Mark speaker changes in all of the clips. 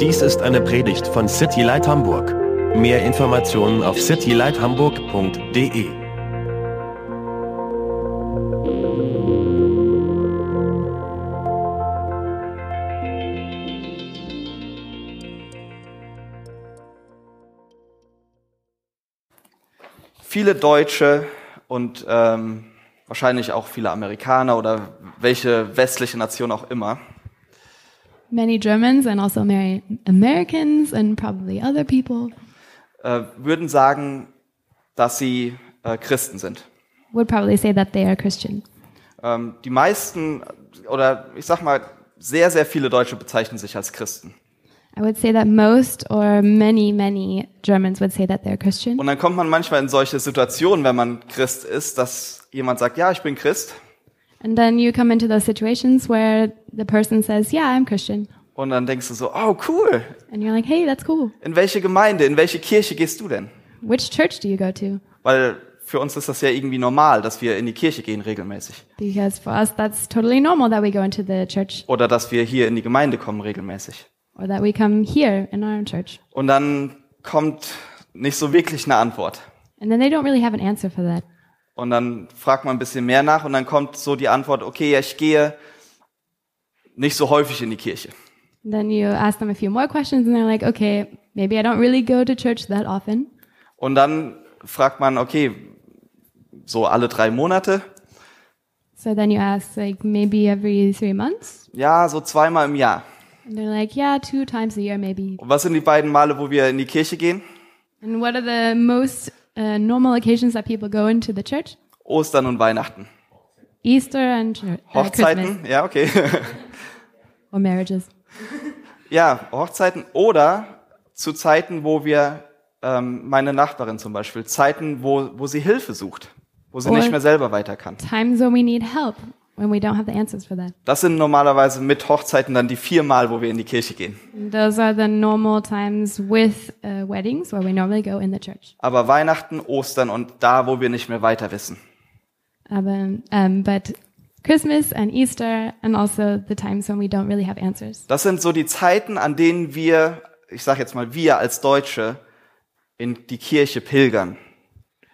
Speaker 1: Dies ist eine Predigt von City Light Hamburg. Mehr Informationen auf citylighthamburg.de.
Speaker 2: viele Deutsche und ähm, wahrscheinlich auch viele Amerikaner oder welche westliche Nation auch immer
Speaker 3: many Germans and also Ameri- Americans and probably other people
Speaker 2: äh, würden sagen, dass sie äh, Christen sind.
Speaker 3: would probably say that they are Christian.
Speaker 2: Ähm, die meisten oder ich sag mal sehr sehr viele Deutsche bezeichnen sich als Christen.
Speaker 3: I would say that most or many, many Germans would say that they're Christian.
Speaker 2: Und dann kommt man manchmal in solche Situationen, wenn man Christ ist, dass jemand sagt, ja, ich bin Christ.
Speaker 3: And then you come into those situations where the person says, Yeah, I'm Christian.
Speaker 2: Und dann denkst du so, oh cool,
Speaker 3: And you're like, Hey, that's cool.
Speaker 2: in welche Gemeinde, in welche Kirche gehst du denn?
Speaker 3: Which church do you go to?
Speaker 2: Weil für uns ist das ja irgendwie normal, dass wir in die Kirche gehen regelmäßig.
Speaker 3: Because for us, that's totally normal that we go into the church
Speaker 2: Oder dass wir hier in die Gemeinde kommen regelmäßig.
Speaker 3: or that we come here in our church.
Speaker 2: Und dann kommt nicht so wirklich eine Antwort.
Speaker 3: And then they don't really have an answer for that.
Speaker 2: Und dann fragt man ein bisschen mehr nach und dann kommt so die Antwort, okay, ja, ich gehe nicht so häufig in die Kirche.
Speaker 3: Then you ask them a few more questions and they're like, Okay, maybe I don't really go to church that often.
Speaker 2: Und dann fragt man, okay, so alle drei Monate?
Speaker 3: So then you ask, like, maybe every three months?
Speaker 2: Ja, so zweimal im Jahr.
Speaker 3: And they're like, yeah, two times a year, maybe.
Speaker 2: Und was sind die beiden Male, wo wir in die Kirche gehen?
Speaker 3: And what are the most uh, normal occasions that people go into the church?
Speaker 2: Ostern und Weihnachten.
Speaker 3: Easter and chur- uh, Christmas
Speaker 2: Hochzeiten, ja, okay.
Speaker 3: or marriages.
Speaker 2: ja, Hochzeiten oder zu Zeiten, wo wir, ähm, meine Nachbarin zum Beispiel, Zeiten, wo, wo sie Hilfe sucht, wo sie
Speaker 3: Und-
Speaker 2: nicht mehr selber weiter kann.
Speaker 3: Times when we need help, when we don't have the answers for that.
Speaker 2: Das sind normalerweise mit Hochzeiten dann die viermal, wo wir in die Kirche gehen.
Speaker 3: And those are the normal times with uh, weddings where we normally go in the church.
Speaker 2: Aber Weihnachten, Ostern und da, wo wir nicht mehr weiter wissen.
Speaker 3: Um, um, but Christmas and Easter and also the times when we don't really have answers.
Speaker 2: Das sind so die Zeiten, an denen wir, ich sage jetzt mal wir als Deutsche, in die Kirche pilgern.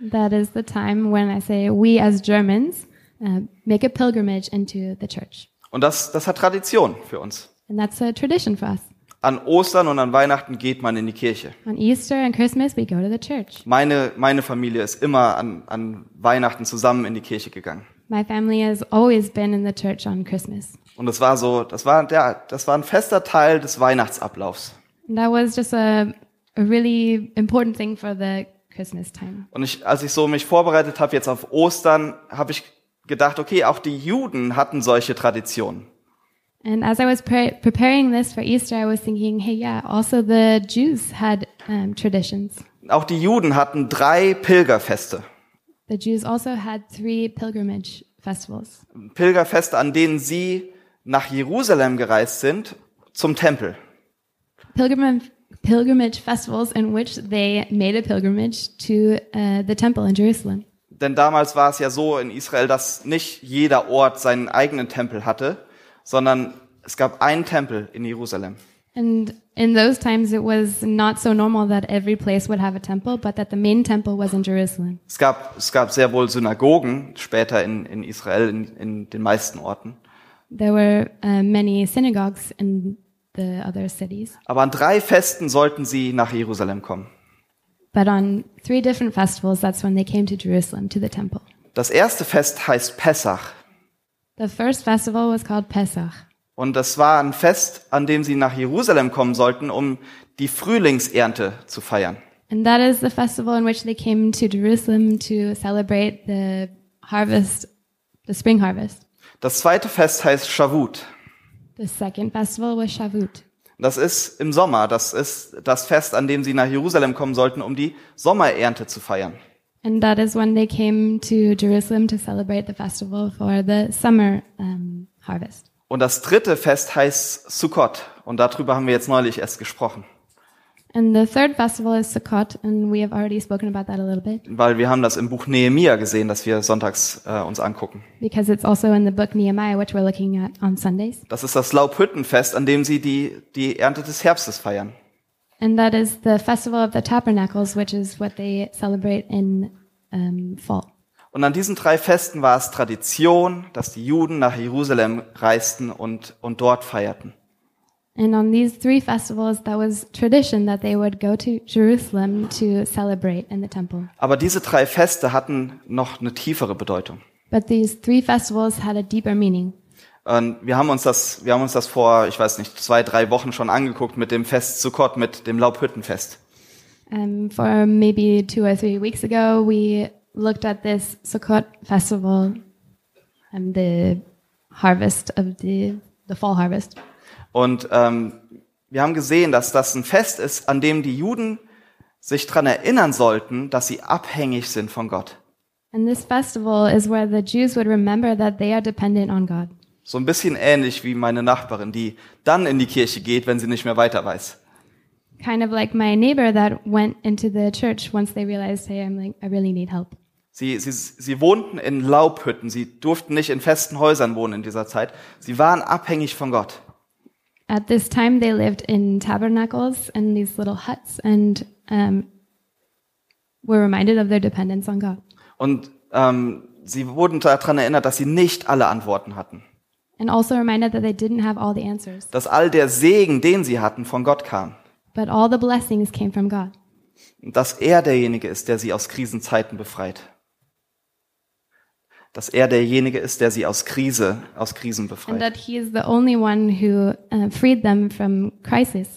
Speaker 3: That is the time when I say we as Germans uh, make a pilgrimage into the church.
Speaker 2: Und das, das hat Tradition für uns.
Speaker 3: And that's a tradition for us.
Speaker 2: An Ostern und an Weihnachten geht man in die Kirche.
Speaker 3: On Easter and Christmas, we go to the church.
Speaker 2: Meine, meine Familie ist immer an, an Weihnachten zusammen in die Kirche gegangen.
Speaker 3: My family has always been in the church on Christmas.
Speaker 2: Und das war so, das war, der, das war ein fester Teil des Weihnachtsablaufs.
Speaker 3: And that was just a, a really important thing for the Christmas time.
Speaker 2: Und ich, als ich so mich vorbereitet habe jetzt auf Ostern, habe ich gedacht, okay, auch die Juden hatten solche Traditionen.
Speaker 3: And as I was pre- preparing this for Easter, I was thinking, hey, yeah, also the Jews had um, traditions.
Speaker 2: Auch die Juden hatten drei Pilgerfeste.
Speaker 3: The Jews also had three pilgrimage festivals.
Speaker 2: Pilgerfeste, an denen sie nach Jerusalem gereist sind, zum Tempel.
Speaker 3: Pilgrim- pilgrimage festivals in which they made a pilgrimage to uh, the temple in Jerusalem.
Speaker 2: Denn damals war es ja so in Israel, dass nicht jeder Ort seinen eigenen Tempel hatte, sondern es gab einen Tempel in Jerusalem.
Speaker 3: And in those times, it was not so normal that every place would have a temple, but that the main temple was in Jerusalem.
Speaker 2: Es gab, es gab sehr wohl Synagogen später in, in Israel, in, in den meisten Orten.
Speaker 3: There were uh, many synagogues in the other cities.
Speaker 2: Aber an drei Festen sollten sie nach Jerusalem kommen.
Speaker 3: But on three different festivals, that's when they came to Jerusalem, to the temple.
Speaker 2: Das erste Fest heißt Pessach.
Speaker 3: The first festival was called Pesach.
Speaker 2: Und das war ein Fest, an dem sie nach Jerusalem kommen sollten, um die Frühlingsernte zu feiern.
Speaker 3: And that is the festival in which they came to Jerusalem to celebrate the harvest, the spring harvest.
Speaker 2: Das zweite Fest heißt Shavut.
Speaker 3: The second festival was Shavuot.
Speaker 2: Das ist im Sommer. Das ist das Fest, an dem sie nach Jerusalem kommen sollten, um die Sommerernte zu feiern.
Speaker 3: And that is when they came to Jerusalem to celebrate the festival for the summer um, harvest.
Speaker 2: Und das dritte Fest heißt Sukkot. Und darüber haben wir jetzt neulich erst gesprochen.
Speaker 3: And the third festival is Sukkot, and we have already spoken about that a little bit
Speaker 2: weil wir haben das im Buch Nehemia gesehen, das wir sonntags äh, uns angucken.
Speaker 3: because it's also in the book Nehemiah, which we're looking at on Sundays.
Speaker 2: Das ist das Laubhüttenfest, an dem sie die, die Ernte des Herbstes feiern.
Speaker 3: And that is the festival of the tabernacles, which is what they celebrate in um, fall.
Speaker 2: Und an diesen drei Festen war es Tradition, dass die Juden nach Jerusalem reisten und, und dort feierten.
Speaker 3: And on these three festivals, that was tradition that they would go to Jerusalem to celebrate in the temple.
Speaker 2: Aber diese drei Feste hatten noch eine tiefere Bedeutung.
Speaker 3: But these three festivals had a deeper meaning.
Speaker 2: Ähm, wir haben uns das, wir haben uns das vor, ich weiß nicht, zwei, drei Wochen schon angeguckt mit dem Fest Sukkot, mit dem Laubhüttenfest.
Speaker 3: Um, for maybe two or three weeks ago, we looked at this Sukkot festival and the harvest of the, the fall harvest.
Speaker 2: Und ähm, wir haben gesehen, dass das ein Fest ist, an dem die Juden sich dran erinnern sollten, dass sie abhängig sind von Gott.
Speaker 3: And this festival is where the Jews would remember that they are dependent on God.
Speaker 2: So ein bisschen ähnlich wie meine Nachbarin, die dann in die Kirche geht, wenn sie nicht mehr weiter weiß.
Speaker 3: Kind of like my neighbor that went into the church once they realized, hey, I'm like, I really need help.
Speaker 2: Sie, sie, sie wohnten in Laubhütten, sie durften nicht in festen Häusern wohnen in dieser Zeit. Sie waren abhängig von Gott.
Speaker 3: At this time, they lived in tabernacles and these little huts and um, were reminded of their dependence on God.
Speaker 2: Und ähm, sie wurden daran erinnert, dass sie nicht alle Antworten hatten.
Speaker 3: And also reminded that they didn't have all the answers,
Speaker 2: Dass all der Segen, den sie hatten, von Gott kam.
Speaker 3: but all the blessings came from God.
Speaker 2: Und dass er derjenige ist, der sie aus Krisenzeiten befreit. Dass er derjenige ist, der sie aus Krise, aus Krisen
Speaker 3: And
Speaker 2: befreit.
Speaker 3: that He is the only one who uh, freed them from crisis.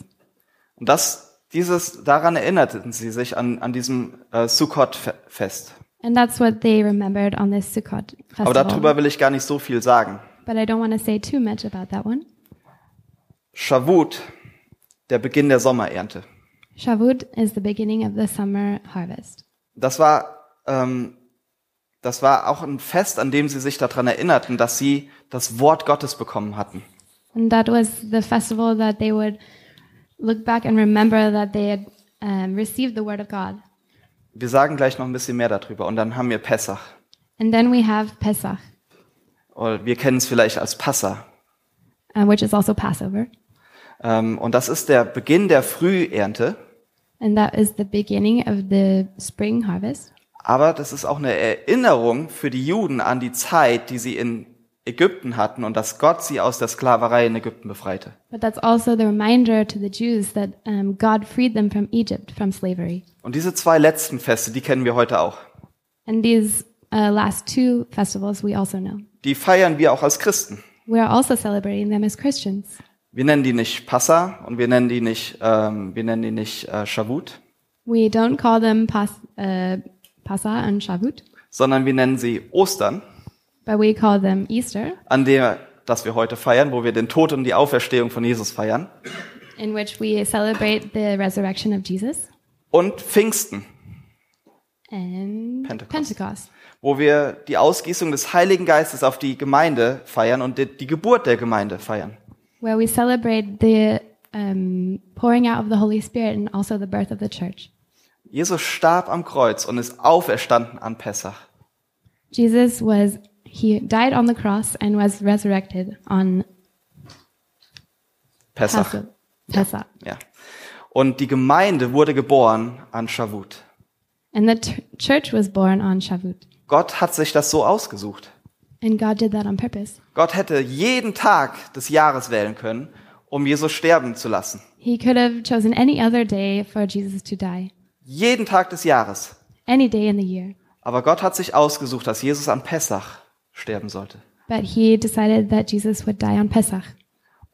Speaker 2: Und das, dieses, daran erinnerten sie sich an, an diesem äh, Sukkot-Fest.
Speaker 3: And that's what they remembered on this Sukkot
Speaker 2: Aber
Speaker 3: festival.
Speaker 2: darüber will ich gar nicht so viel sagen.
Speaker 3: But I don't want to say too much about that one.
Speaker 2: Shavuot, der Beginn der Sommerernte.
Speaker 3: Shavuot is the beginning of the summer harvest.
Speaker 2: Das war, ähm, das war auch ein Fest, an dem sie sich daran erinnerten, dass sie das Wort Gottes bekommen hatten.
Speaker 3: And that was the festival that they would look back and remember that they had um, received the word of God.
Speaker 2: Wir sagen gleich noch ein bisschen mehr darüber und dann haben wir Pessach.
Speaker 3: And then we have Pesach,
Speaker 2: Oder wir kennen es vielleicht als Passa.
Speaker 3: uh, which is also Passover.
Speaker 2: Ähm, und das ist der Beginn der Frühernte,
Speaker 3: And that is the beginning of the spring harvest.
Speaker 2: aber das ist auch eine Erinnerung für die Juden an die Zeit, die sie in Ägypten hatten und dass Gott sie aus der Sklaverei in Ägypten befreite.
Speaker 3: But that's also the reminder to the Jews that um, God freed them from Egypt, from slavery.
Speaker 2: Und diese zwei letzten Feste, die kennen wir heute auch.
Speaker 3: And these uh, last two festivals we also know.
Speaker 2: Die feiern wir auch als Christen.
Speaker 3: We are also celebrating them as Christians.
Speaker 2: Wir nennen die nicht Passa und wir nennen die nicht, ähm, wir nennen die nicht äh, Shavuot,
Speaker 3: We don't call them pas, uh, Pascha and Shavuot,
Speaker 2: sondern wir nennen sie Ostern,
Speaker 3: but we call them Easter,
Speaker 2: an dem, das wir heute feiern, wo wir den Tod und die Auferstehung von Jesus feiern.
Speaker 3: in which we celebrate the resurrection of Jesus,
Speaker 2: Und Pfingsten,
Speaker 3: and
Speaker 2: Pentecost.
Speaker 3: Pentecost,
Speaker 2: wo wir die Ausgießung des Heiligen Geistes auf die Gemeinde feiern und die, die Geburt der Gemeinde feiern.
Speaker 3: where we celebrate the um, pouring out of the Holy Spirit and also the birth of the church.
Speaker 2: Jesus starb am Kreuz und ist auferstanden an Pessach.
Speaker 3: Jesus was, he died on the cross and was resurrected on
Speaker 2: Pessach.
Speaker 3: Passover. Pesach.
Speaker 2: Ja. Und die Gemeinde wurde geboren an Shavuot.
Speaker 3: And the t- church was born on Shavuot.
Speaker 2: Gott hat sich das so ausgesucht.
Speaker 3: And God did that on purpose.
Speaker 2: Gott hätte jeden Tag des Jahres wählen können, um Jesus sterben zu lassen.
Speaker 3: He could have chosen any other day for Jesus to die,
Speaker 2: Jeden Tag des Jahres.
Speaker 3: any day in the year.
Speaker 2: Aber Gott hat sich ausgesucht, dass Jesus an Pessach sterben sollte.
Speaker 3: But he decided that Jesus would die on Pesach.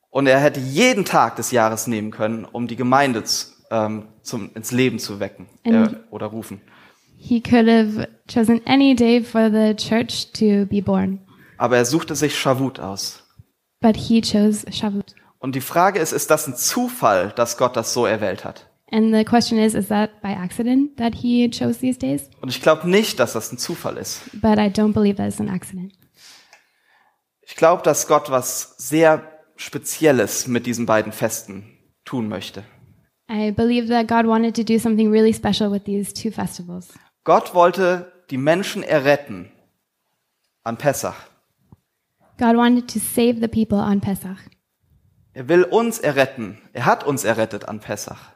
Speaker 2: Und er hätte jeden Tag des Jahres nehmen können, um die Gemeinde z- ähm, zum, ins Leben zu wecken äh,
Speaker 3: Ähm.
Speaker 2: oder rufen.
Speaker 3: He could have chosen any day for the church to be born.
Speaker 2: Aber er suchte sich Shavuot aus.
Speaker 3: But he chose Shavuot.
Speaker 2: Und die Frage ist, ist das ein Zufall, dass Gott das so erwählt hat?
Speaker 3: And the question is, is that by accident that he chose these days?
Speaker 2: Und ich glaube nicht, dass das ein Zufall ist.
Speaker 3: But I don't believe that it's an accident.
Speaker 2: Ich glaube, dass Gott was sehr Spezielles mit diesen beiden Festen tun möchte.
Speaker 3: I believe that God wanted to do something really special with these two festivals.
Speaker 2: Gott wollte die Menschen erretten an Pessach.
Speaker 3: God wanted to save the people on Pesach.
Speaker 2: Er will uns erretten. Er hat uns errettet an Pessach.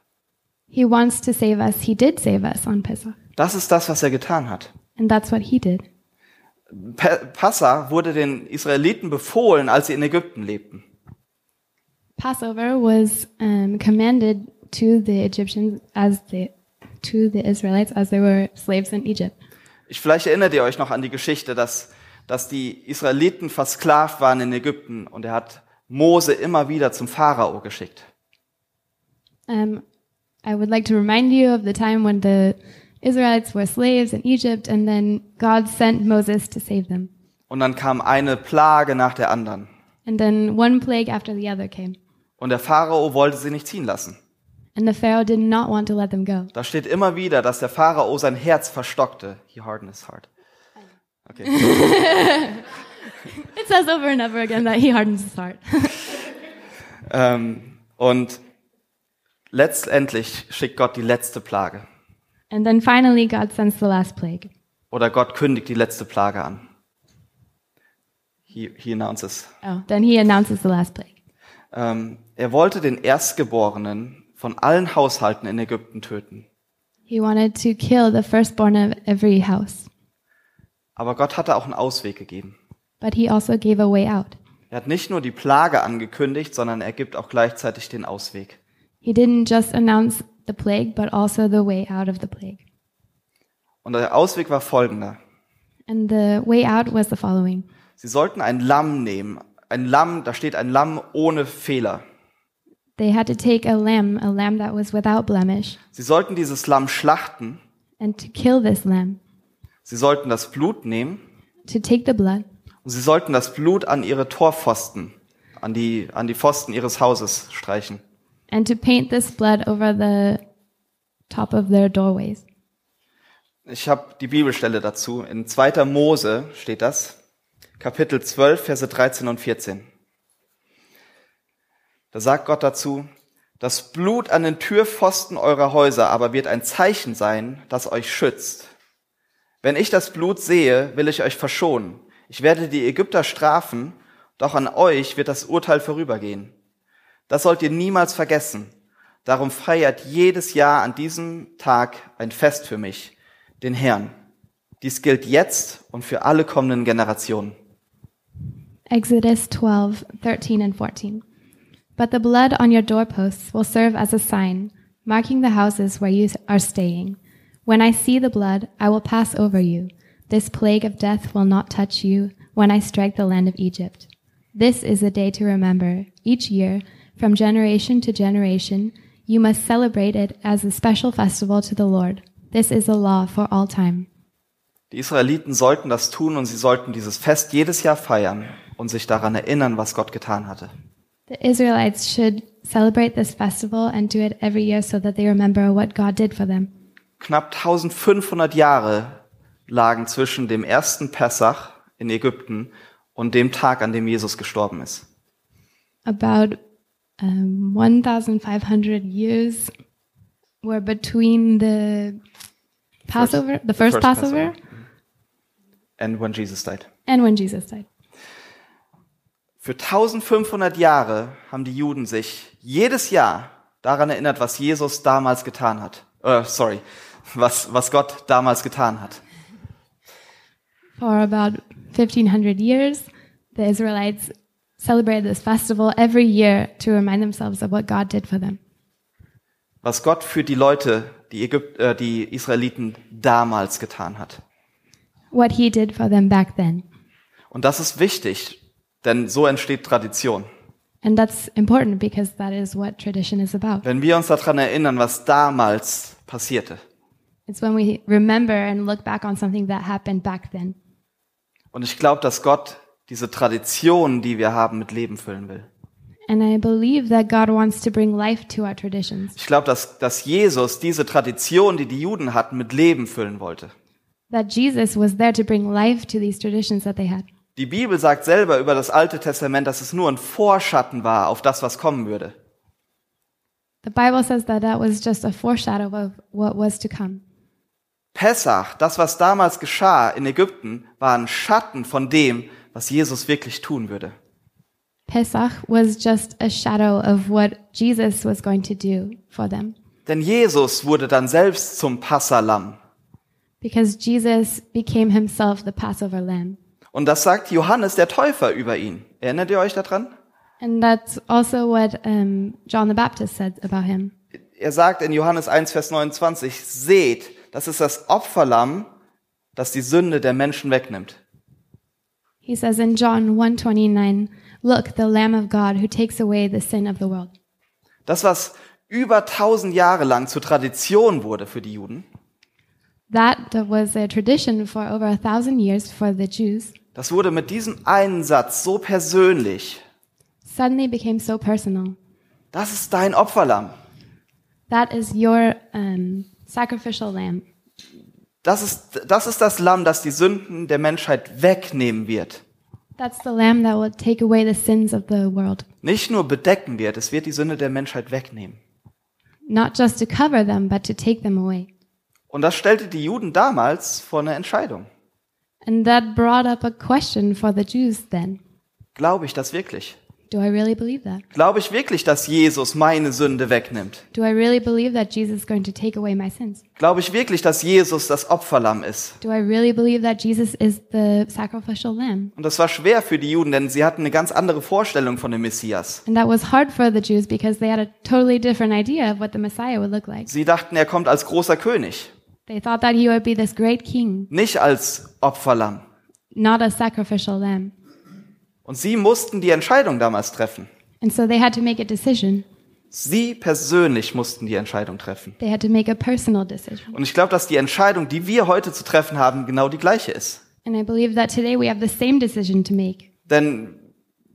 Speaker 3: He wants to save us. He did save us on Pesach.
Speaker 2: Das ist das, was er getan hat.
Speaker 3: And that's what he did.
Speaker 2: Pe Pessach wurde den Israeliten befohlen, als sie in Ägypten lebten.
Speaker 3: Passover was um, commanded to the Egyptians as the to the Israelites as they were slaves in Egypt.
Speaker 2: Ich, vielleicht erinnert ihr euch noch an die Geschichte, dass, dass die Israeliten versklavt waren in Ägypten und er hat Mose immer wieder zum Pharao geschickt.
Speaker 3: Um, I would like to remind you of the time when the Israelites were slaves in Egypt, and then God sent Moses to save them.
Speaker 2: Und dann kam eine Plage nach der anderen.
Speaker 3: And then one plague after the other came,
Speaker 2: Und der Pharao wollte sie nicht ziehen lassen.
Speaker 3: and the Pharaoh did not want to let them go.
Speaker 2: Da steht immer wieder, dass der Pharao sein Herz verstockte. He hardened his heart. Okay.
Speaker 3: It says over and over again that he hardens his heart.
Speaker 2: ähm, und letztendlich schickt Gott die letzte Plage.
Speaker 3: and then finally, God sends the last plague.
Speaker 2: Oder Gott kündigt die letzte Plage an. He, he announces.
Speaker 3: Oh, then he announces the last plague.
Speaker 2: Ähm, er wollte den Erstgeborenen von allen Haushalten in Ägypten töten.
Speaker 3: He wanted to kill the firstborn of every house,
Speaker 2: Aber Gott hatte auch einen Ausweg gegeben.
Speaker 3: but he also gave a way out.
Speaker 2: Er hat nicht nur die Plage angekündigt, sondern er gibt auch gleichzeitig den Ausweg.
Speaker 3: He didn't just announce the plague, but also the way out of the plague.
Speaker 2: Und der Ausweg war folgender.
Speaker 3: And the way out was the following
Speaker 2: Sie sollten ein Lamm nehmen. Ein Lamm, da steht ein Lamm ohne Fehler.
Speaker 3: they had to take a lamb, a lamb that was without blemish,
Speaker 2: Sie sollten dieses Lamm schlachten.
Speaker 3: and to kill this lamb,
Speaker 2: Sie sollten das Blut nehmen.
Speaker 3: to take the blood,
Speaker 2: Und sie sollten das Blut an ihre Torpfosten, an die, an die Pfosten ihres Hauses streichen.
Speaker 3: and to paint this blood over the top of their doorways.
Speaker 2: Ich habe die Bibelstelle dazu. In 2. Mose steht das, Kapitel 12, Verse 13 und 14. Da sagt Gott dazu, das Blut an den Türpfosten eurer Häuser aber wird ein Zeichen sein, das euch schützt. Wenn ich das Blut sehe, will ich euch verschonen. Ich werde die Ägypter strafen, doch an euch wird das Urteil vorübergehen. Das sollt ihr niemals vergessen. Darum feiert jedes Jahr an diesem Tag ein Fest für mich, den Herrn. Dies gilt jetzt und für alle kommenden Generationen.
Speaker 3: Exodus 12, 13, and 14. But the blood on your doorposts will serve as a sign, marking the houses where you are staying. When I see the blood, I will pass over you. This plague of death will not touch you when I strike the land of Egypt. This is a day to remember. Each year, from generation to generation, you must celebrate it as a special festival to the Lord. This is a law for all time.
Speaker 2: Die Israeliten sollten das tun und sie sollten dieses Fest jedes Jahr feiern und sich daran erinnern, was Gott getan hatte.
Speaker 3: The Israelites should celebrate this festival and do it every year so that they remember what God did for them.
Speaker 2: Knapp 1500 Jahre lagen zwischen dem ersten Pessach in Ägypten und dem Tag, an dem Jesus gestorben ist.
Speaker 3: About um, 1,500 years were between the Passover, the first,
Speaker 2: first
Speaker 3: Passover,
Speaker 2: Passover. And when Jesus died.
Speaker 3: and when Jesus died.
Speaker 2: Für 1500 Jahre haben die Juden sich jedes Jahr daran erinnert, was Jesus damals getan hat. Äh, sorry, was, was Gott damals getan hat.
Speaker 3: For about 1,500 years, the Israelites celebrated this festival every year to remind themselves of what God did for them.
Speaker 2: Was Gott für die Leute, die, Ägyp äh, die Israeliten damals getan hat.
Speaker 3: What he did for them back then.
Speaker 2: Und das ist wichtig, denn so entsteht Tradition.
Speaker 3: And that's important because that is what tradition is about.
Speaker 2: Wenn wir uns daran erinnern, was damals passierte.
Speaker 3: It's when we remember and look back on something that happened back then.
Speaker 2: Und ich glaube, dass Gott diese Tradition, die wir haben, mit Leben füllen will.
Speaker 3: And I believe that God wants to bring life to our traditions.
Speaker 2: Ich glaube, dass, dass Jesus diese Tradition, die die Juden hatten, mit Leben füllen wollte.
Speaker 3: That Jesus was there to bring life to these traditions that they had.
Speaker 2: Die Bibel sagt selber über das Alte Testament, dass es nur ein Vorschatten war auf das, was kommen würde.
Speaker 3: The Bible says that that was just a foreshadow of what was to come.
Speaker 2: Pessach, das, was damals geschah in Ägypten, war ein Schatten von dem, was Jesus wirklich tun würde.
Speaker 3: Pesach was just a shadow of what Jesus was going to do for them
Speaker 2: Denn Jesus wurde dann selbst zum Passalam.
Speaker 3: because Jesus became himself the Passover lamb.
Speaker 2: Und das sagt Johannes der Täufer über ihn. Erinnert ihr euch daran?
Speaker 3: And that's also what um, John the Baptist said about him.
Speaker 2: Er sagt in Johannes 1, Vers 29, seht, das ist das Opferlamm, das die Sünde der Menschen wegnimmt.
Speaker 3: He says in John 1:29, "Look, the Lamb of God who takes away the sin of the world."
Speaker 2: Das, was über 1000 Jahre lang zur Tradition wurde für die Juden,
Speaker 3: That was a tradition for over a thousand years for the Jews.
Speaker 2: das wurde mit diesem einen Satz so persönlich.
Speaker 3: Suddenly became so personal.
Speaker 2: Das ist dein Opferlamm.
Speaker 3: That is your um, sacrificial lamb.
Speaker 2: Das ist, das ist das Lamm, das die Sünden der Menschheit wegnehmen wird.
Speaker 3: That's the lamb that will take away the sins of the world,
Speaker 2: Nicht nur bedecken wird, es wird die Sünde der Menschheit wegnehmen.
Speaker 3: not just to cover them, but to take them away.
Speaker 2: Und das stellte die Juden damals vor eine Entscheidung.
Speaker 3: And that brought up a question for the Jews then.
Speaker 2: Glaube ich das wirklich?
Speaker 3: Do I really believe that?
Speaker 2: Glaube ich wirklich, dass Jesus meine Sünde wegnimmt?
Speaker 3: Do I really believe that Jesus is going to take away my sins?
Speaker 2: Glaube ich wirklich, dass Jesus das Opferlamm ist?
Speaker 3: Do I really believe that Jesus is the sacrificial lamb?
Speaker 2: Und das war schwer für die Juden, denn sie hatten eine ganz andere Vorstellung von dem Messias.
Speaker 3: And that was hard for the Jews because they had a totally different idea of what the Messiah would look like.
Speaker 2: Sie dachten, er kommt als großer König,
Speaker 3: They thought that he would be this great king,
Speaker 2: nicht als Opferlamm.
Speaker 3: not a sacrificial lamb.
Speaker 2: Und sie mussten die Entscheidung damals treffen.
Speaker 3: And so they had to make a decision.
Speaker 2: Sie persönlich mussten die Entscheidung treffen.
Speaker 3: They had to make a personal decision.
Speaker 2: Und ich glaube, dass die Entscheidung, die wir heute zu treffen haben, genau die gleiche ist.
Speaker 3: And I believe that today we have the same decision to make.
Speaker 2: Denn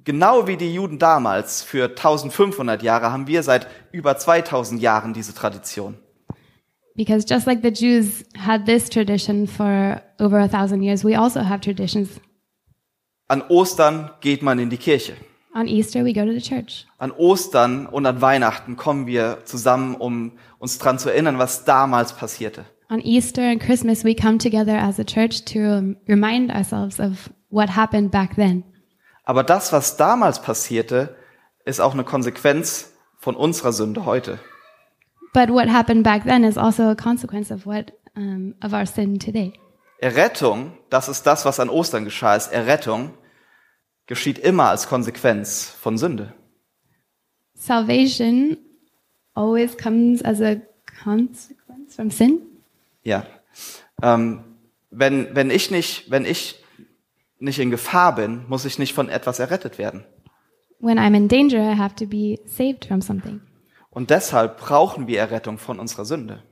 Speaker 2: genau wie die Juden damals für 1500 Jahre haben wir seit über 2000 Jahren diese Tradition.
Speaker 3: Because just like the Jews had this tradition for over a thousand years, we also have traditions.
Speaker 2: An Ostern geht man in die Kirche.
Speaker 3: On Easter, we go to the church.
Speaker 2: An Ostern und an Weihnachten kommen wir zusammen, um uns daran zu erinnern, was damals passierte.
Speaker 3: On Easter and Christmas, we come together as a church to um, remind ourselves of what happened back then.
Speaker 2: Aber das, was damals passierte, ist auch eine Konsequenz von unserer Sünde heute.
Speaker 3: But what happened back then is also a consequence of what um, of our sin today.
Speaker 2: Errettung, das ist das, was an Ostern geschah, ist Errettung, geschieht immer als Konsequenz von Sünde.
Speaker 3: Salvation always comes as a consequence from sin.
Speaker 2: Ja. Ähm, wenn, wenn ich nicht, wenn ich nicht in Gefahr bin, muss ich nicht von etwas errettet werden.
Speaker 3: When I'm in danger, I have to be saved from something,
Speaker 2: Und deshalb brauchen wir Errettung von unserer Sünde.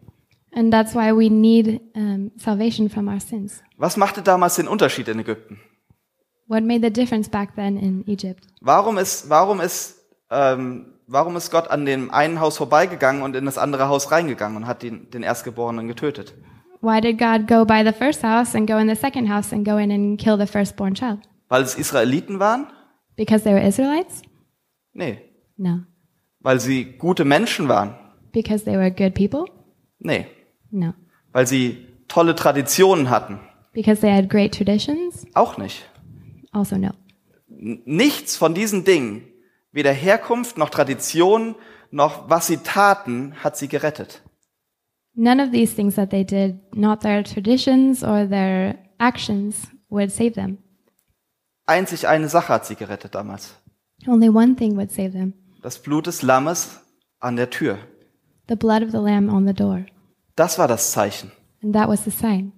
Speaker 3: and that's why we need um, salvation from our sins.
Speaker 2: Was machte damals den Unterschied in Ägypten?
Speaker 3: What made the difference back then in Egypt?
Speaker 2: Warum ist, warum ist, ähm, warum ist Gott an dem einen Haus vorbeigegangen und in das andere Haus reingegangen und hat den, den Erstgeborenen getötet?
Speaker 3: Why did God go by the first house and go in the second house and go in and kill the firstborn child?
Speaker 2: Weil es Israeliten waren?
Speaker 3: Because they were Israelites?
Speaker 2: Nee.
Speaker 3: No.
Speaker 2: Weil sie gute Menschen waren?
Speaker 3: Because they were good people?
Speaker 2: Nee.
Speaker 3: No.
Speaker 2: Weil sie tolle Traditionen hatten?
Speaker 3: Because they had great traditions?
Speaker 2: Auch nicht.
Speaker 3: Also no.
Speaker 2: Nichts von diesen Dingen, weder Herkunft noch Tradition noch was sie taten, hat sie gerettet.
Speaker 3: None of these things that they did, not their traditions or their actions, would save them.
Speaker 2: Einzig eine Sache hat sie gerettet damals.
Speaker 3: Only one thing would save them
Speaker 2: Das Blut des Lammes an der Tür.
Speaker 3: the blood of the Lamb on the door.
Speaker 2: Das war das Zeichen.
Speaker 3: And that was the sign.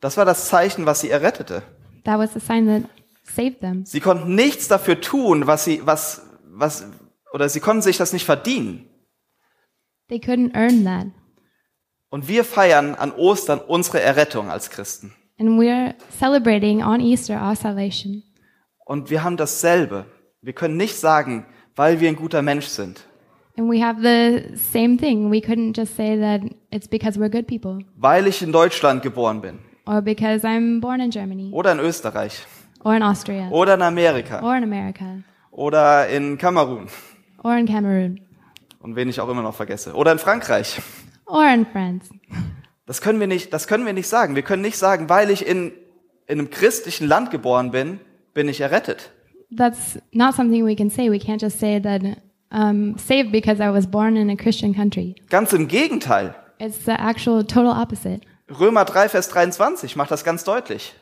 Speaker 2: Das war das Zeichen, was sie errettete.
Speaker 3: That was the sign that saved them.
Speaker 2: Sie konnten nichts dafür tun, was sie, was, was, oder sie konnten sich das nicht verdienen.
Speaker 3: They couldn't earn that.
Speaker 2: Und wir feiern an Ostern unsere Errettung als Christen.
Speaker 3: And we're celebrating on Easter our salvation.
Speaker 2: Und wir haben dasselbe. Wir können nicht sagen, weil wir ein guter Mensch sind,
Speaker 3: And we have the same thing. We couldn't just say that it's because we're good people
Speaker 2: weil ich in Deutschland geboren bin
Speaker 3: or because I'm born in Germany
Speaker 2: oder in Österreich
Speaker 3: or in Austria
Speaker 2: oder in Amerika
Speaker 3: or in America
Speaker 2: oder in Kamerun
Speaker 3: or in Cameroon
Speaker 2: und wen ich auch immer noch vergesse. Oder in Frankreich.
Speaker 3: or in France.
Speaker 2: Das können wir nicht, das können wir nicht sagen. Wir können nicht sagen, weil ich in, in einem christlichen Land geboren bin, bin ich errettet.
Speaker 3: That's not something we can say. We can't just say that um, saved because I was born in a Christian country.
Speaker 2: Ganz im Gegenteil.
Speaker 3: It's the actual total opposite.
Speaker 2: Römer 3, Vers 23 macht das ganz deutlich.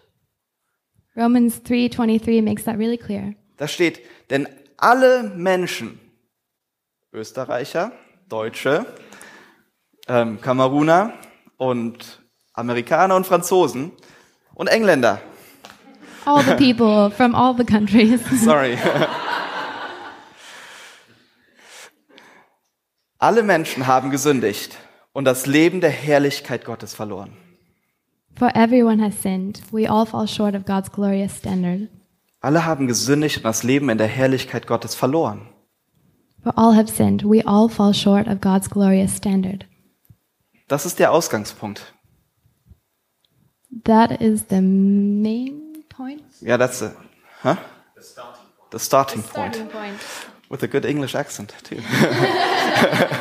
Speaker 3: Romans 3:23 makes that really clear.
Speaker 2: Da steht, denn alle Menschen, Österreicher, Deutsche, ähm, Kameruner und Amerikaner und Franzosen und Engländer,
Speaker 3: All the people from all the countries.
Speaker 2: sorry. alle Menschen haben gesündigt und das Leben der Herrlichkeit Gottes verloren.
Speaker 3: For everyone has sinned. We all fall short of God's glorious standard.
Speaker 2: Alle haben gesündigt und das Leben in der Herrlichkeit Gottes verloren.
Speaker 3: For all have sinned. We all fall short of God's glorious standard.
Speaker 2: Das ist der Ausgangspunkt.
Speaker 3: That is the main point.
Speaker 2: Ja, that's the, huh? the starting point.
Speaker 3: Starting point.
Speaker 2: With a good English accent, too.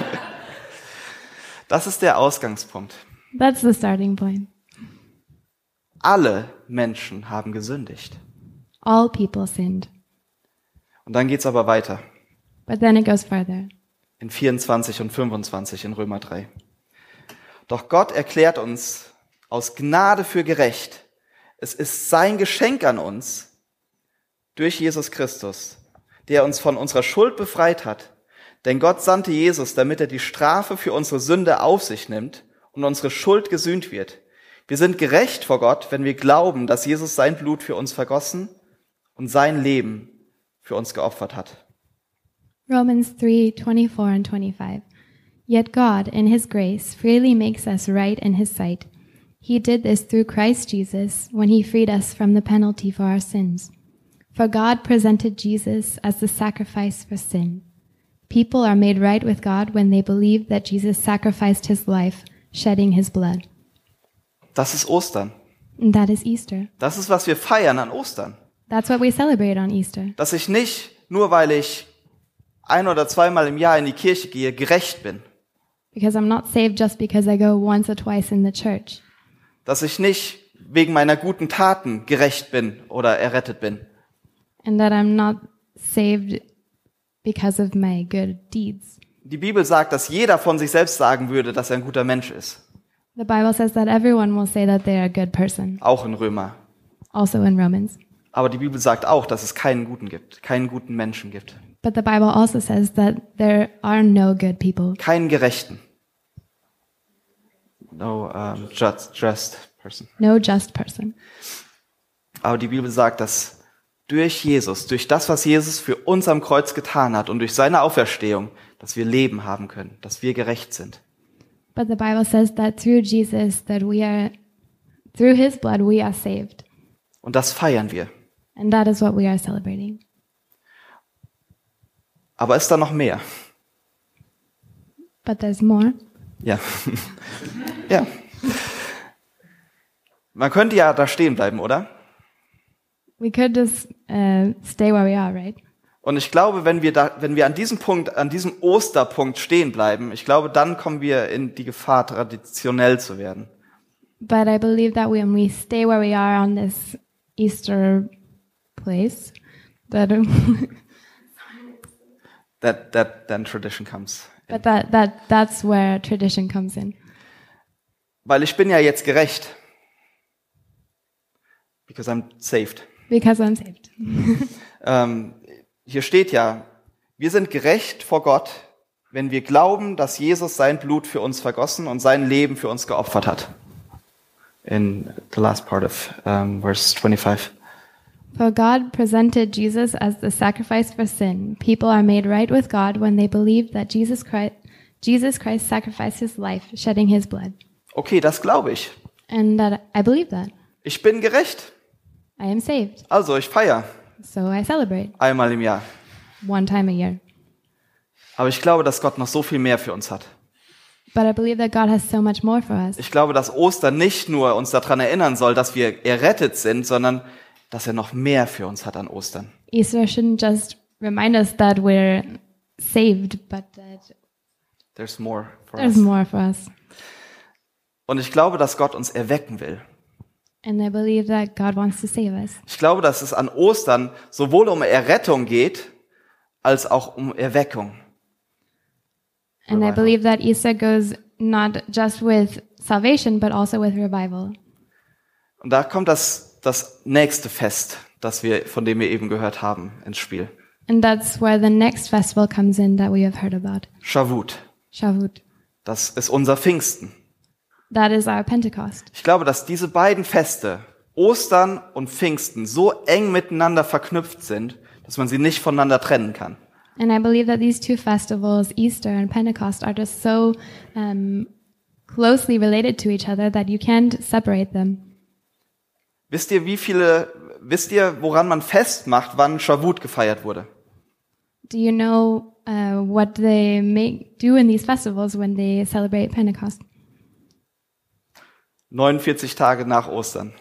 Speaker 2: das ist der Ausgangspunkt.
Speaker 3: That's the starting point.
Speaker 2: Alle Menschen haben gesündigt.
Speaker 3: All people sinned.
Speaker 2: Und dann geht's aber weiter.
Speaker 3: But then it goes further.
Speaker 2: In 24 und 25 in Römer 3. Doch Gott erklärt uns aus Gnade für gerecht. Es ist sein Geschenk an uns durch Jesus Christus, der uns von unserer Schuld befreit hat. Denn Gott sandte Jesus, damit er die Strafe für unsere Sünde auf sich nimmt und unsere Schuld gesühnt wird. Wir sind gerecht vor Gott, wenn wir glauben, dass Jesus sein Blut für uns vergossen und sein Leben für uns geopfert hat.
Speaker 3: Romans 3 24 and 25. Yet God, in his grace, freely makes us right in his sight. He did this through Christ Jesus when he freed us from the penalty for our sins. For God presented Jesus as the sacrifice for sin. People are made right with God when they believe that Jesus sacrificed his life, shedding his blood.
Speaker 2: Das ist Ostern.
Speaker 3: And that is Easter.
Speaker 2: Das ist, was wir feiern an Ostern.
Speaker 3: That's what we celebrate on Easter.
Speaker 2: Dass ich nicht, nur weil ich ein oder zweimal im Jahr in die Kirche gehe, gerecht bin.
Speaker 3: Because I'm not saved just because I go once or twice in the church.
Speaker 2: Dass ich nicht wegen meiner guten Taten gerecht bin oder errettet bin.
Speaker 3: and that I'm not saved because of my good deeds.
Speaker 2: Die Bibel sagt, dass jeder von sich selbst sagen würde, dass er ein guter Mensch ist.
Speaker 3: The Bible says that everyone will say that they are a good person,
Speaker 2: Auch in Römer.
Speaker 3: also in Romans.
Speaker 2: Aber die Bibel sagt auch, dass es keinen Guten gibt, keinen guten Menschen gibt,
Speaker 3: But the Bible also says that there are no good people,
Speaker 2: keinen Gerechten. No um, just, just person.
Speaker 3: no just person.
Speaker 2: Aber die Bibel sagt, dass durch Jesus, durch das, was Jesus für uns am Kreuz getan hat und durch seine Auferstehung, dass wir Leben haben können, dass wir gerecht sind.
Speaker 3: But the Bible says that through Jesus that we are through his blood we are saved.
Speaker 2: Und das feiern wir.
Speaker 3: And that is what we are celebrating.
Speaker 2: Aber ist da noch mehr?
Speaker 3: But there's more.
Speaker 2: Ja. ja. Man könnte ja da stehen bleiben, oder?
Speaker 3: We could just uh, stay where we are, right?
Speaker 2: Und ich glaube, wenn wir da, wenn wir an diesem Punkt, an diesem Osterpunkt stehen bleiben, ich glaube, dann kommen wir in die Gefahr, traditionell zu werden.
Speaker 3: But I believe that when we stay where we are on this Easter place, that
Speaker 2: That, that, then tradition comes.
Speaker 3: but that that that's where tradition comes in
Speaker 2: Weil ich bin ja jetzt gerecht. Because I'm saved.
Speaker 3: because I'm saved.
Speaker 2: Ähm, hier steht ja, wir sind gerecht vor Gott, wenn wir glauben, dass Jesus sein Blut für uns vergossen und sein Leben für uns geopfert hat. In the last part of um, verse 25.
Speaker 3: For God presented Jesus as the sacrifice for sin. People are made right with God when they believe that Jesus Christ Jesus Christ sacrificed his life, shedding his blood.
Speaker 2: Okay, das glaube ich.
Speaker 3: And that I believe that.
Speaker 2: Ich bin gerecht.
Speaker 3: I am saved.
Speaker 2: Also, ich feiere
Speaker 3: So I celebrate
Speaker 2: einmal im Jahr.
Speaker 3: one time a year.
Speaker 2: Aber ich glaube, dass Gott noch so viel mehr für uns hat.
Speaker 3: But I believe that God has so much more for us.
Speaker 2: Ich glaube, dass Ostern nicht nur uns daran erinnern soll, dass wir errettet sind, sondern dass er noch mehr für uns hat an Ostern.
Speaker 3: Easter shouldn't just remind us that we're saved, but that
Speaker 2: There's more for
Speaker 3: There's
Speaker 2: us.
Speaker 3: more for us.
Speaker 2: Und ich glaube, dass Gott uns erwecken will.
Speaker 3: And I believe that God wants to save us.
Speaker 2: Ich glaube, dass es an Ostern sowohl um Errettung geht, als auch um Erweckung.
Speaker 3: And I
Speaker 2: Revival.
Speaker 3: believe that Easter goes not just with salvation, but also with revival.
Speaker 2: Und da kommt das, das nächste Fest, das wir, von dem wir eben gehört haben, ins Spiel.
Speaker 3: And that's where the next festival comes in that we have heard about
Speaker 2: Shavuot.
Speaker 3: Shavuot.
Speaker 2: Das ist unser Pfingsten.
Speaker 3: That is our Pentecost.
Speaker 2: Ich glaube, dass diese beiden Feste, Ostern und Pfingsten, so eng miteinander verknüpft sind, dass man sie nicht voneinander trennen kann.
Speaker 3: And I believe that these two festivals, Easter and Pentecost, are just so um, closely related to each other that you can't separate them.
Speaker 2: Wisst ihr, wie viele, wisst ihr, woran man festmacht, wann Shavuot gefeiert wurde?
Speaker 3: Do you know uh, what they make, do in these festivals when they celebrate Pentecost?
Speaker 2: 49 Tage nach Ostern.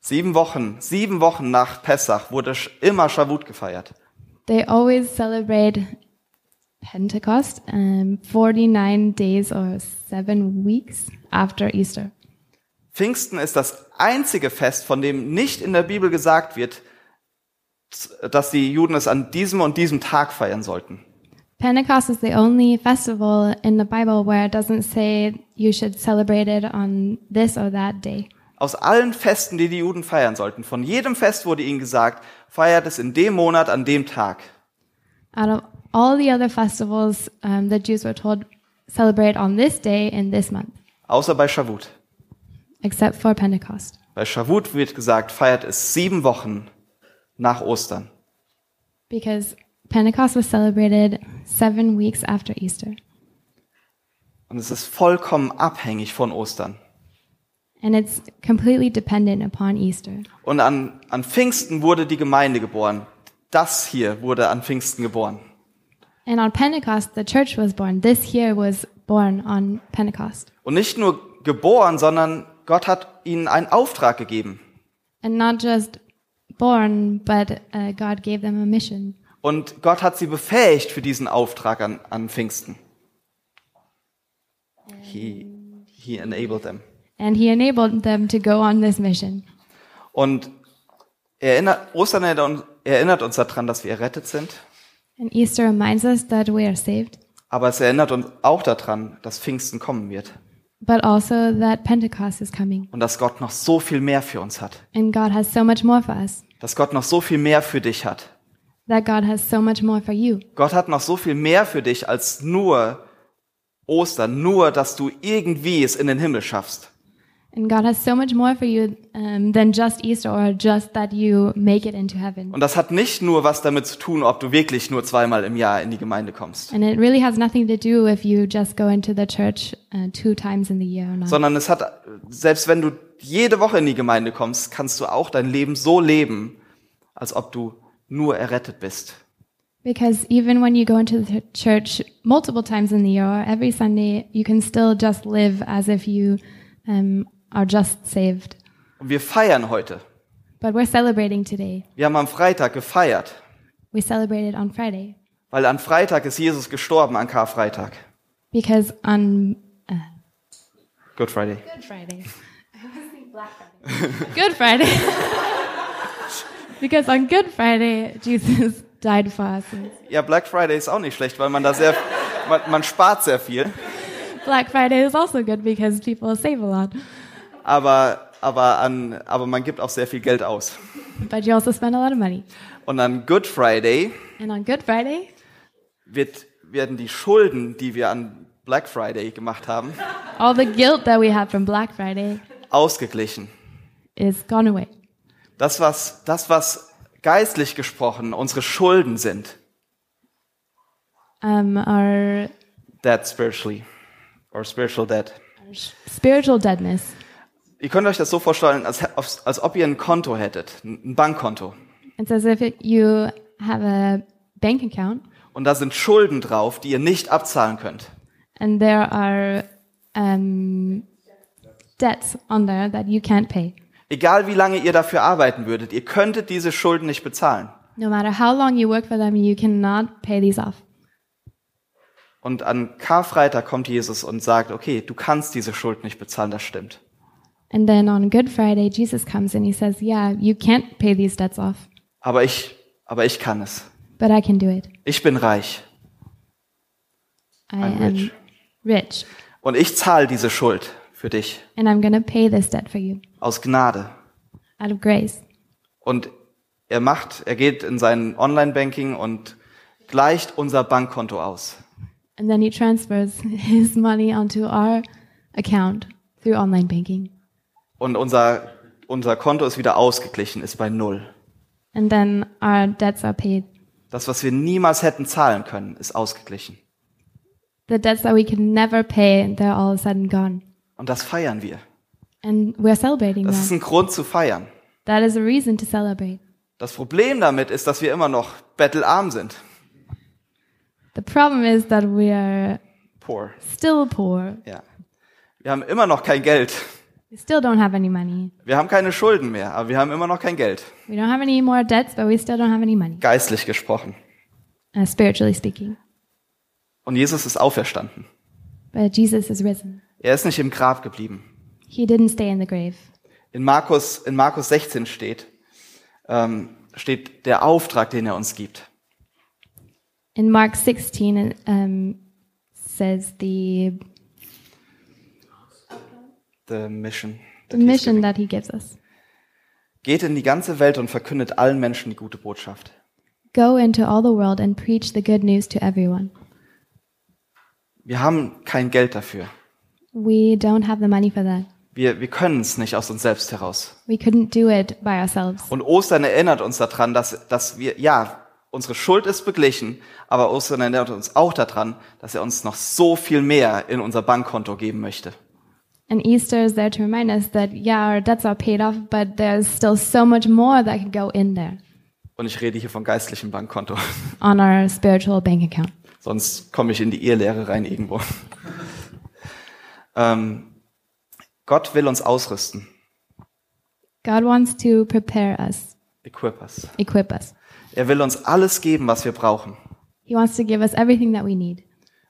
Speaker 2: Sieben Wochen, sieben Wochen nach Pessach wurde sch- immer Shavuot gefeiert.
Speaker 3: They always celebrate Pentecost um, 49 days or seven weeks after Easter.
Speaker 2: Pfingsten ist das einzige Fest, von dem nicht in der Bibel gesagt wird, z- dass die Juden es an diesem und diesem Tag feiern sollten.
Speaker 3: Pentecost is the only festival in the Bible where it doesn't say you should celebrate it on this or that day.
Speaker 2: Aus allen Festen, die die Juden feiern sollten, von jedem Fest wurde ihnen gesagt, feiert es in dem Monat an dem Tag.
Speaker 3: Out of all the other festivals, um, the Jews were told celebrate on this day in this month,
Speaker 2: Außer bei Shavuot.
Speaker 3: except for Pentecost.
Speaker 2: Bei Shavuot wird gesagt, feiert es sieben Wochen nach Ostern.
Speaker 3: Because Pentecost was celebrated seven weeks after Easter.
Speaker 2: Und es ist vollkommen abhängig von Ostern.
Speaker 3: And it's completely dependent upon Easter.
Speaker 2: Und an, an Pfingsten wurde die Gemeinde geboren. Das hier wurde an Pfingsten geboren.
Speaker 3: And on Pentecost, the church was born. This here was born on Pentecost.
Speaker 2: Und nicht nur geboren, sondern Gott hat ihnen einen Auftrag gegeben.
Speaker 3: And not just born, but uh, God gave them a mission.
Speaker 2: Und Gott hat sie befähigt für diesen Auftrag an, an Pfingsten. He, he enabled them.
Speaker 3: And He enabled them to go on this mission.
Speaker 2: Und erinnert, Ostern erinnert- erinnert uns daran, dass wir errettet sind.
Speaker 3: And Easter reminds us that we are saved,
Speaker 2: Aber es erinnert uns auch daran, dass Pfingsten kommen wird.
Speaker 3: but also that Pentecost is coming.
Speaker 2: Und dass Gott noch so viel mehr für uns hat.
Speaker 3: And God has so much more for us,
Speaker 2: Dass Gott noch so viel mehr für dich hat.
Speaker 3: that God has so much more for you.
Speaker 2: Gott hat noch so viel mehr für dich als nur Ostern, nur, dass du irgendwie es in den Himmel schaffst.
Speaker 3: And God has so much more for you um, than just Easter or just that you make it into heaven.
Speaker 2: Und das hat nicht nur was damit zu tun, ob du wirklich nur zweimal im Jahr in die Gemeinde kommst,
Speaker 3: And it really has nothing to do if you just go into the church uh, two times in the year or not.
Speaker 2: sondern es hat, selbst wenn du jede Woche in die Gemeinde kommst, kannst du auch dein Leben so leben, als ob du nur errettet bist.
Speaker 3: Because even when you go into the church multiple times in the year or every Sunday, you can still just live as if you um, are just saved.
Speaker 2: Und wir feiern heute.
Speaker 3: But we're celebrating today.
Speaker 2: Wir haben am Freitag gefeiert,
Speaker 3: We celebrated on Friday
Speaker 2: weil an Freitag ist Jesus gestorben, an Karfreitag.
Speaker 3: because on
Speaker 2: Good Friday.
Speaker 3: Good Friday. I always think Black Friday. Good Friday. because on Good Friday, Jesus died for us.
Speaker 2: Ja, Black Friday ist auch nicht schlecht, weil man da sehr, man, man spart sehr viel.
Speaker 3: Black Friday is also good because people save a lot,
Speaker 2: aber, aber, an, aber man gibt auch sehr viel Geld aus.
Speaker 3: but you also spend a lot of money.
Speaker 2: Und an Good Friday
Speaker 3: And on Good Friday,
Speaker 2: wird, werden die Schulden, die wir an Black Friday gemacht haben,
Speaker 3: all the guilt that we had from Black Friday
Speaker 2: ausgeglichen.
Speaker 3: is gone away.
Speaker 2: Das, was, das, was geistlich gesprochen unsere Schulden sind,
Speaker 3: Um, our,
Speaker 2: dead spiritually or spiritual dead.
Speaker 3: our spiritual deadness.
Speaker 2: Ihr könnt euch das so vorstellen, als, als, als ob ihr ein Konto hättet, ein Bankkonto.
Speaker 3: It's as if it, you have a bank account
Speaker 2: Und da sind Schulden drauf, die ihr nicht abzahlen könnt.
Speaker 3: and there are um, debts on there that you can't pay.
Speaker 2: Egal wie lange ihr dafür arbeiten würdet, ihr könntet diese Schulden nicht bezahlen.
Speaker 3: No matter how long you work for them, you cannot pay these off.
Speaker 2: Und an Karfreitag kommt Jesus und sagt, okay, du kannst diese Schuld nicht bezahlen, das stimmt.
Speaker 3: And then on Good Friday, Jesus comes and he says, Yeah, you can't pay these debts off,
Speaker 2: Aber ich, aber ich kann es.
Speaker 3: but I can do it.
Speaker 2: Ich bin reich
Speaker 3: I
Speaker 2: I'm
Speaker 3: am
Speaker 2: rich.
Speaker 3: rich,
Speaker 2: und ich zahle diese Schuld für dich
Speaker 3: and I'm going to pay this debt for you
Speaker 2: aus Gnade.
Speaker 3: out of grace.
Speaker 2: Und er macht, er geht in sein Online-Banking und gleicht unser Bankkonto aus.
Speaker 3: And then he transfers his money onto our account through online banking.
Speaker 2: Und unser, unser Konto ist wieder ausgeglichen, ist bei Null.
Speaker 3: And then our debts are paid.
Speaker 2: Das, was wir niemals hätten zahlen können, ist ausgeglichen.
Speaker 3: The debts that we could never pay, they're all of a sudden gone.
Speaker 2: Und das feiern wir.
Speaker 3: And we're celebrating
Speaker 2: Das ist
Speaker 3: that.
Speaker 2: ein Grund zu feiern.
Speaker 3: That is a reason to celebrate.
Speaker 2: Das Problem damit ist, dass wir immer noch bettelarm sind.
Speaker 3: The problem is that we are
Speaker 2: Poor.
Speaker 3: still poor.
Speaker 2: Ja. Wir haben immer noch kein Geld.
Speaker 3: We still don't have any money.
Speaker 2: Wir haben keine Schulden mehr, aber wir haben immer noch kein Geld.
Speaker 3: We don't have any more debts, but we still don't have any money,
Speaker 2: Geistlich gesprochen.
Speaker 3: uh, spiritually speaking.
Speaker 2: Und Jesus ist auferstanden.
Speaker 3: But Jesus is risen.
Speaker 2: Er ist nicht im Grab geblieben.
Speaker 3: He didn't stay in the grave.
Speaker 2: In Markus, in Markus 16 steht, ähm, steht der Auftrag, den er uns gibt.
Speaker 3: In Mark 16, it um, says the,
Speaker 2: The mission.
Speaker 3: the
Speaker 2: that he's
Speaker 3: mission
Speaker 2: giving.
Speaker 3: that he gives us
Speaker 2: Geht in die ganze Welt und verkündet allen Menschen die gute Botschaft.
Speaker 3: Go into all the world and preach the good news to everyone.
Speaker 2: Wir haben kein Geld dafür.
Speaker 3: We don't have the money for that.
Speaker 2: Wir, wir können es nicht aus uns selbst heraus.
Speaker 3: We couldn't do it by ourselves.
Speaker 2: Und Ostern erinnert uns daran, dass, dass wir, ja, unsere Schuld ist beglichen, aber Ostern erinnert uns auch daran, dass er uns noch so viel mehr in unser Bankkonto geben möchte.
Speaker 3: And Easter is there to remind us that, yeah, our debts are paid off, but there's still so much more that could go in there
Speaker 2: Und ich rede hier vom geistlichen Bankkonto.
Speaker 3: on our spiritual bank account.
Speaker 2: Sonst komme ich in die Irrlehre rein irgendwo. ähm, Gott will uns ausrüsten.
Speaker 3: God wants to prepare us,
Speaker 2: Equip us.
Speaker 3: equip us.
Speaker 2: Er will uns alles geben, was wir brauchen,
Speaker 3: He wants to give us everything that we need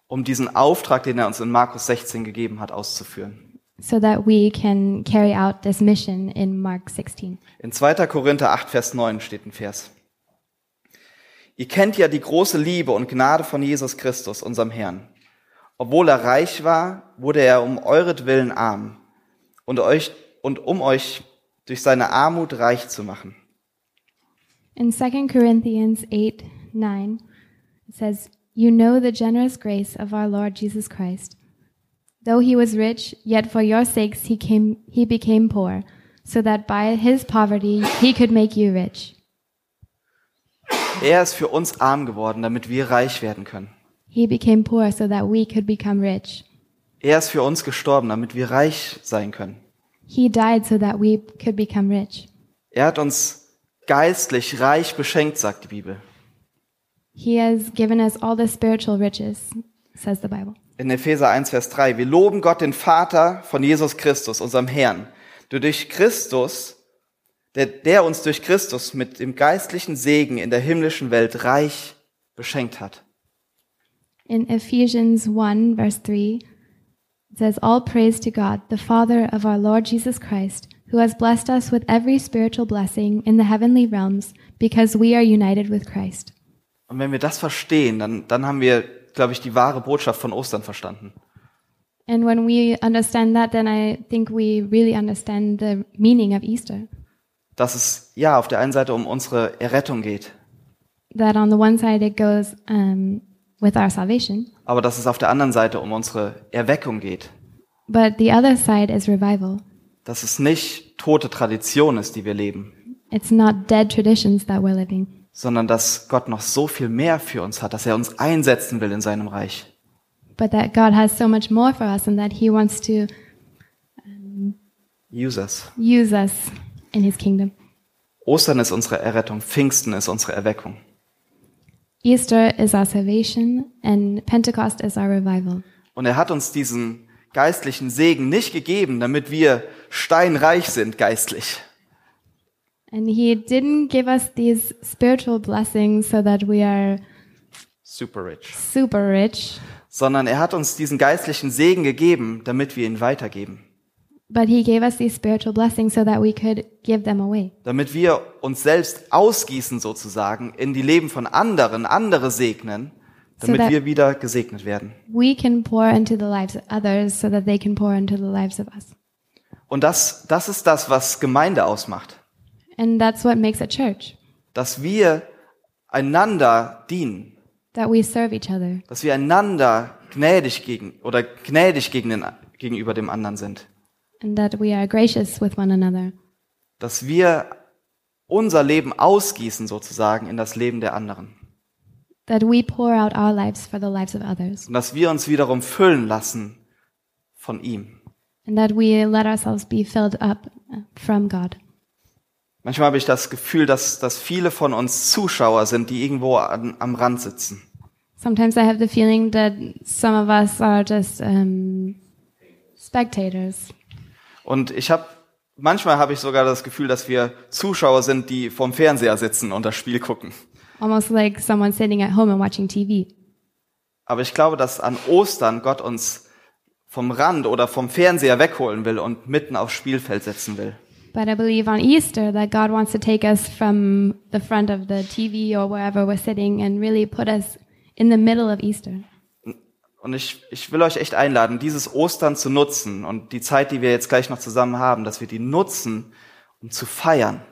Speaker 2: um diesen Auftrag, den er uns in Markus 16 gegeben hat, auszuführen.
Speaker 3: so that we can carry out this mission in Mark 16.
Speaker 2: In 2. Korinther 8, Vers 9 steht ein Vers. Ihr kennt ja die große Liebe und Gnade von Jesus Christus, unserem Herrn. Obwohl er reich war, wurde er um euretwillen arm und euch, und um euch durch seine Armut reich zu machen.
Speaker 3: In 2 Corinthians 8 9, it says, You know the generous grace of our Lord Jesus Christ. Though he was rich, yet for your sakes he, came, he became poor, so that by his poverty he could make you rich.
Speaker 2: Er ist für uns arm geworden, damit wir reich werden können.
Speaker 3: He became poor so that we could become rich.
Speaker 2: Er ist für uns gestorben, damit wir reich sein können.
Speaker 3: He died so that we could become rich.
Speaker 2: Er hat uns geistlich reich beschenkt, sagt die Bibel.
Speaker 3: He has given us all the spiritual riches, says the Bible.
Speaker 2: In Epheser 1, Vers 3. Wir loben Gott, den Vater von Jesus Christus, unserem Herrn, der durch Christus, der, der uns durch Christus mit dem geistlichen Segen in der himmlischen Welt reich beschenkt hat.
Speaker 3: In Ephesians 1, verse 3, it says, All praise to God, the Father of our Lord Jesus Christ, who has blessed us with every spiritual blessing in the heavenly realms, because we are united with Christ.
Speaker 2: Und wenn wir das verstehen, dann, dann haben wir, glaube ich, die wahre Botschaft von Ostern verstanden.
Speaker 3: And when we understand that, then I think we really understand the meaning of Easter.
Speaker 2: Dass es ja auf der einen Seite um unsere Errettung geht,
Speaker 3: That on the one side, it goes um, with our salvation,
Speaker 2: aber dass es auf der anderen Seite um unsere Erweckung geht.
Speaker 3: but the other side is revival.
Speaker 2: Dass es nicht tote Tradition ist, die wir leben,
Speaker 3: It's not dead traditions that we're living,
Speaker 2: sondern dass Gott noch so viel mehr für uns hat, dass er uns einsetzen will in seinem Reich.
Speaker 3: but that God has so much more for us and that He wants to
Speaker 2: Users.
Speaker 3: use us in his kingdom.
Speaker 2: Ostern ist unsere Errettung, Pfingsten ist unsere Erweckung.
Speaker 3: Easter is our salvation, and Pentecost is our revival.
Speaker 2: Und er hat uns diesen geistlichen Segen nicht gegeben, damit wir steinreich sind geistlich,
Speaker 3: And he didn't give us these spiritual blessings so that we are
Speaker 2: super rich,
Speaker 3: super rich,
Speaker 2: sondern er hat uns diesen geistlichen Segen gegeben, damit wir ihn weitergeben,
Speaker 3: But he gave us these spiritual blessings so that we could give them away,
Speaker 2: damit wir uns selbst ausgießen sozusagen in die Leben von anderen, andere segnen, damit
Speaker 3: that-
Speaker 2: wir wieder gesegnet werden.
Speaker 3: we can pour into the lives of others so that they can pour into the lives of us.
Speaker 2: Und das, das ist das, was Gemeinde ausmacht,
Speaker 3: And that's what makes a church,
Speaker 2: dass wir einander dienen,
Speaker 3: that we serve each other,
Speaker 2: dass wir einander gnädig gegen oder gnädig gegen den, gegenüber dem anderen sind,
Speaker 3: and that we are gracious with one another,
Speaker 2: dass wir unser Leben ausgießen sozusagen in das Leben der anderen
Speaker 3: that we pour out our lives for the lives of others,
Speaker 2: und dass wir uns wiederum füllen lassen von ihm.
Speaker 3: and that we let ourselves be filled up uh, from God.
Speaker 2: Manchmal habe ich das Gefühl, dass, dass viele von uns Zuschauer sind, die irgendwo an, am Rand sitzen.
Speaker 3: Sometimes I have the feeling that some of us are just um, spectators.
Speaker 2: Und ich habe manchmal habe ich sogar das Gefühl, dass wir Zuschauer sind, die vorm Fernseher sitzen und das Spiel gucken.
Speaker 3: almost like someone sitting at home and watching TV.
Speaker 2: Aber ich glaube, dass an Ostern Gott uns vom Rand oder vom Fernseher wegholen will und mitten aufs Spielfeld setzen will.
Speaker 3: But I believe on Easter that God wants to take us from the front of the TV or wherever we're sitting and really put us in the middle of Easter.
Speaker 2: Und ich, ich will euch echt einladen, dieses Ostern zu nutzen und die Zeit, die wir jetzt gleich noch zusammen haben, dass wir die nutzen, um zu feiern.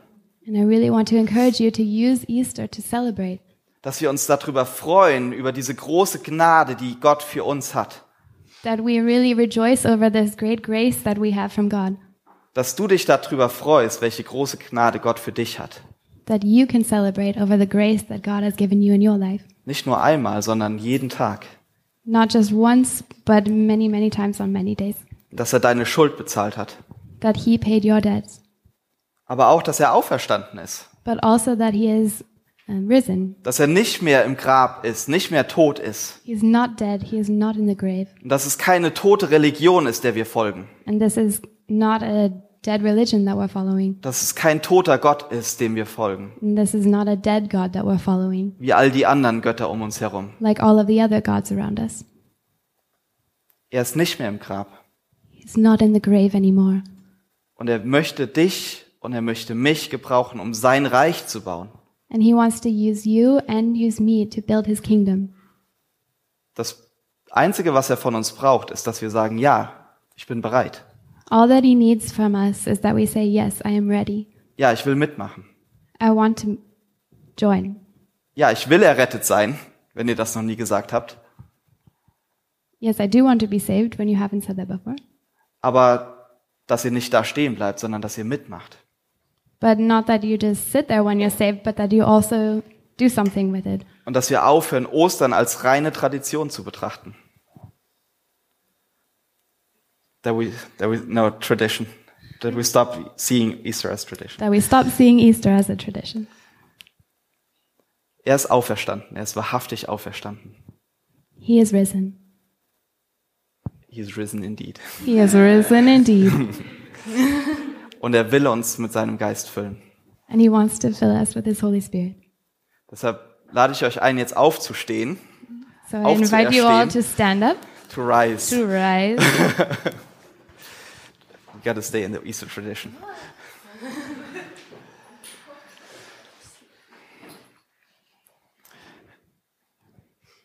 Speaker 3: And I really want to encourage you to use Easter to celebrate,
Speaker 2: Dass wir uns darüber freuen, über diese große Gnade, die Gott für uns hat.
Speaker 3: that we really rejoice over this great grace that we have from God,
Speaker 2: Dass du dich darüber freust, welche große Gnade Gott für dich hat.
Speaker 3: that you can celebrate over the grace that God has given you in your life.
Speaker 2: Nicht nur einmal, sondern jeden Tag.
Speaker 3: Not just once, but many, many times on many days,
Speaker 2: Dass er deine Schuld bezahlt hat.
Speaker 3: that He paid your debts,
Speaker 2: Aber auch, dass er auferstanden ist.
Speaker 3: but also that He is um, risen,
Speaker 2: dass er nicht mehr im Grab ist, nicht mehr tot ist.
Speaker 3: He is not dead. He is not in the grave.
Speaker 2: Und dass es keine tote Religion ist, der wir folgen.
Speaker 3: And this is not a dead religion that we're following.
Speaker 2: Dass es kein toter Gott ist, dem wir folgen.
Speaker 3: And this is not a dead God that we're following,
Speaker 2: Wie all die anderen Götter um uns herum.
Speaker 3: like all of the other gods around us.
Speaker 2: Er ist nicht mehr im Grab.
Speaker 3: He's not in the grave anymore.
Speaker 2: Und er möchte dich und er möchte mich gebrauchen, um sein Reich zu bauen.
Speaker 3: And He wants to use you and use me to build His kingdom.
Speaker 2: Das Einzige, was er von uns braucht, ist, dass wir sagen, ja, ich bin bereit.
Speaker 3: All that He needs from us is that we say, Yes, I am ready.
Speaker 2: Ja, ich will mitmachen.
Speaker 3: I want to join.
Speaker 2: Ja, ich will errettet sein, wenn ihr das noch nie gesagt habt.
Speaker 3: Yes, I do want to be saved when you haven't said that before.
Speaker 2: Aber dass ihr nicht da stehen bleibt, sondern dass ihr mitmacht.
Speaker 3: But not that you just sit there when you're saved, but that you also do something with it.
Speaker 2: Und dass wir aufhören, Ostern als reine Tradition zu betrachten. That we, that we, no, tradition. That we stop seeing Easter as tradition.
Speaker 3: That we stop seeing Easter as a tradition.
Speaker 2: Er ist auferstanden. Er ist wahrhaftig auferstanden.
Speaker 3: He is risen.
Speaker 2: He is risen indeed.
Speaker 3: He is risen indeed,
Speaker 2: Und er will uns mit seinem Geist füllen.
Speaker 3: and he wants to fill us with his Holy Spirit.
Speaker 2: Deshalb lade ich euch ein, jetzt aufzustehen.
Speaker 3: So I invite you all to stand up,
Speaker 2: To rise.
Speaker 3: to rise.
Speaker 2: You gotta stay in the Easter tradition.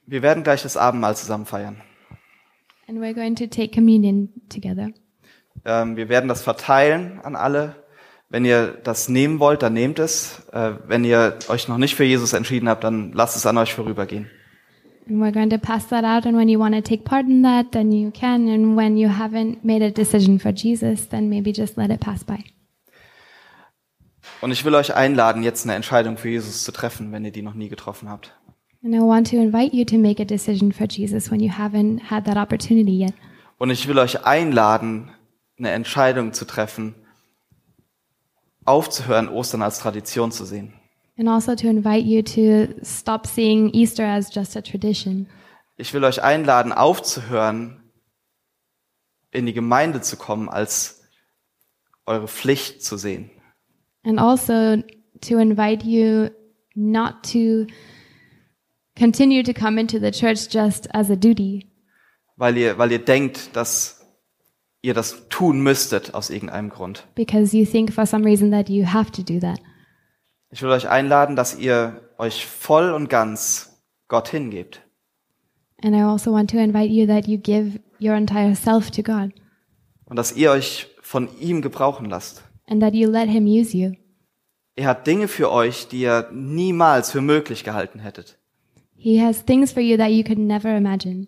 Speaker 2: Wir werden gleich das Abendmahl zusammen feiern.
Speaker 3: And we're going to take communion together.
Speaker 2: Ähm, wir werden das verteilen an alle. Wenn ihr das nehmen wollt, dann nehmt es. Äh, wenn ihr euch noch nicht für Jesus entschieden habt, dann lasst es an euch vorübergehen.
Speaker 3: And we're going to pass that out, and when you want to take part in that, then you can. And when you haven't made a decision for Jesus, then maybe just let it pass by.
Speaker 2: Und ich will euch einladen, jetzt eine Entscheidung für Jesus zu treffen, wenn ihr die noch nie getroffen habt.
Speaker 3: And I want to invite you to make a decision for Jesus when you haven't had that opportunity yet.
Speaker 2: Und ich will euch einladen, eine Entscheidung zu treffen, aufzuhören, Ostern als Tradition zu sehen.
Speaker 3: And also to invite you to stop seeing Easter as just a tradition.
Speaker 2: Ich will euch einladen, aufzuhören, in die Gemeinde zu kommen, als eure Pflicht zu sehen.
Speaker 3: And also to invite you not to continue to come into the church just as a duty,
Speaker 2: weil ihr, weil ihr denkt, dass ihr das tun müsstet aus irgendeinem Grund.
Speaker 3: because you think for some reason that you have to do that.
Speaker 2: Ich will euch einladen, dass ihr euch voll und ganz Gott hingebt.
Speaker 3: And I also want to invite you that you give your entire self to God
Speaker 2: und dass ihr euch von ihm gebrauchen lasst.
Speaker 3: and that you let Him use you.
Speaker 2: Er hat Dinge für euch, die ihr niemals für möglich gehalten hättet.
Speaker 3: He has things for you that you could never imagine.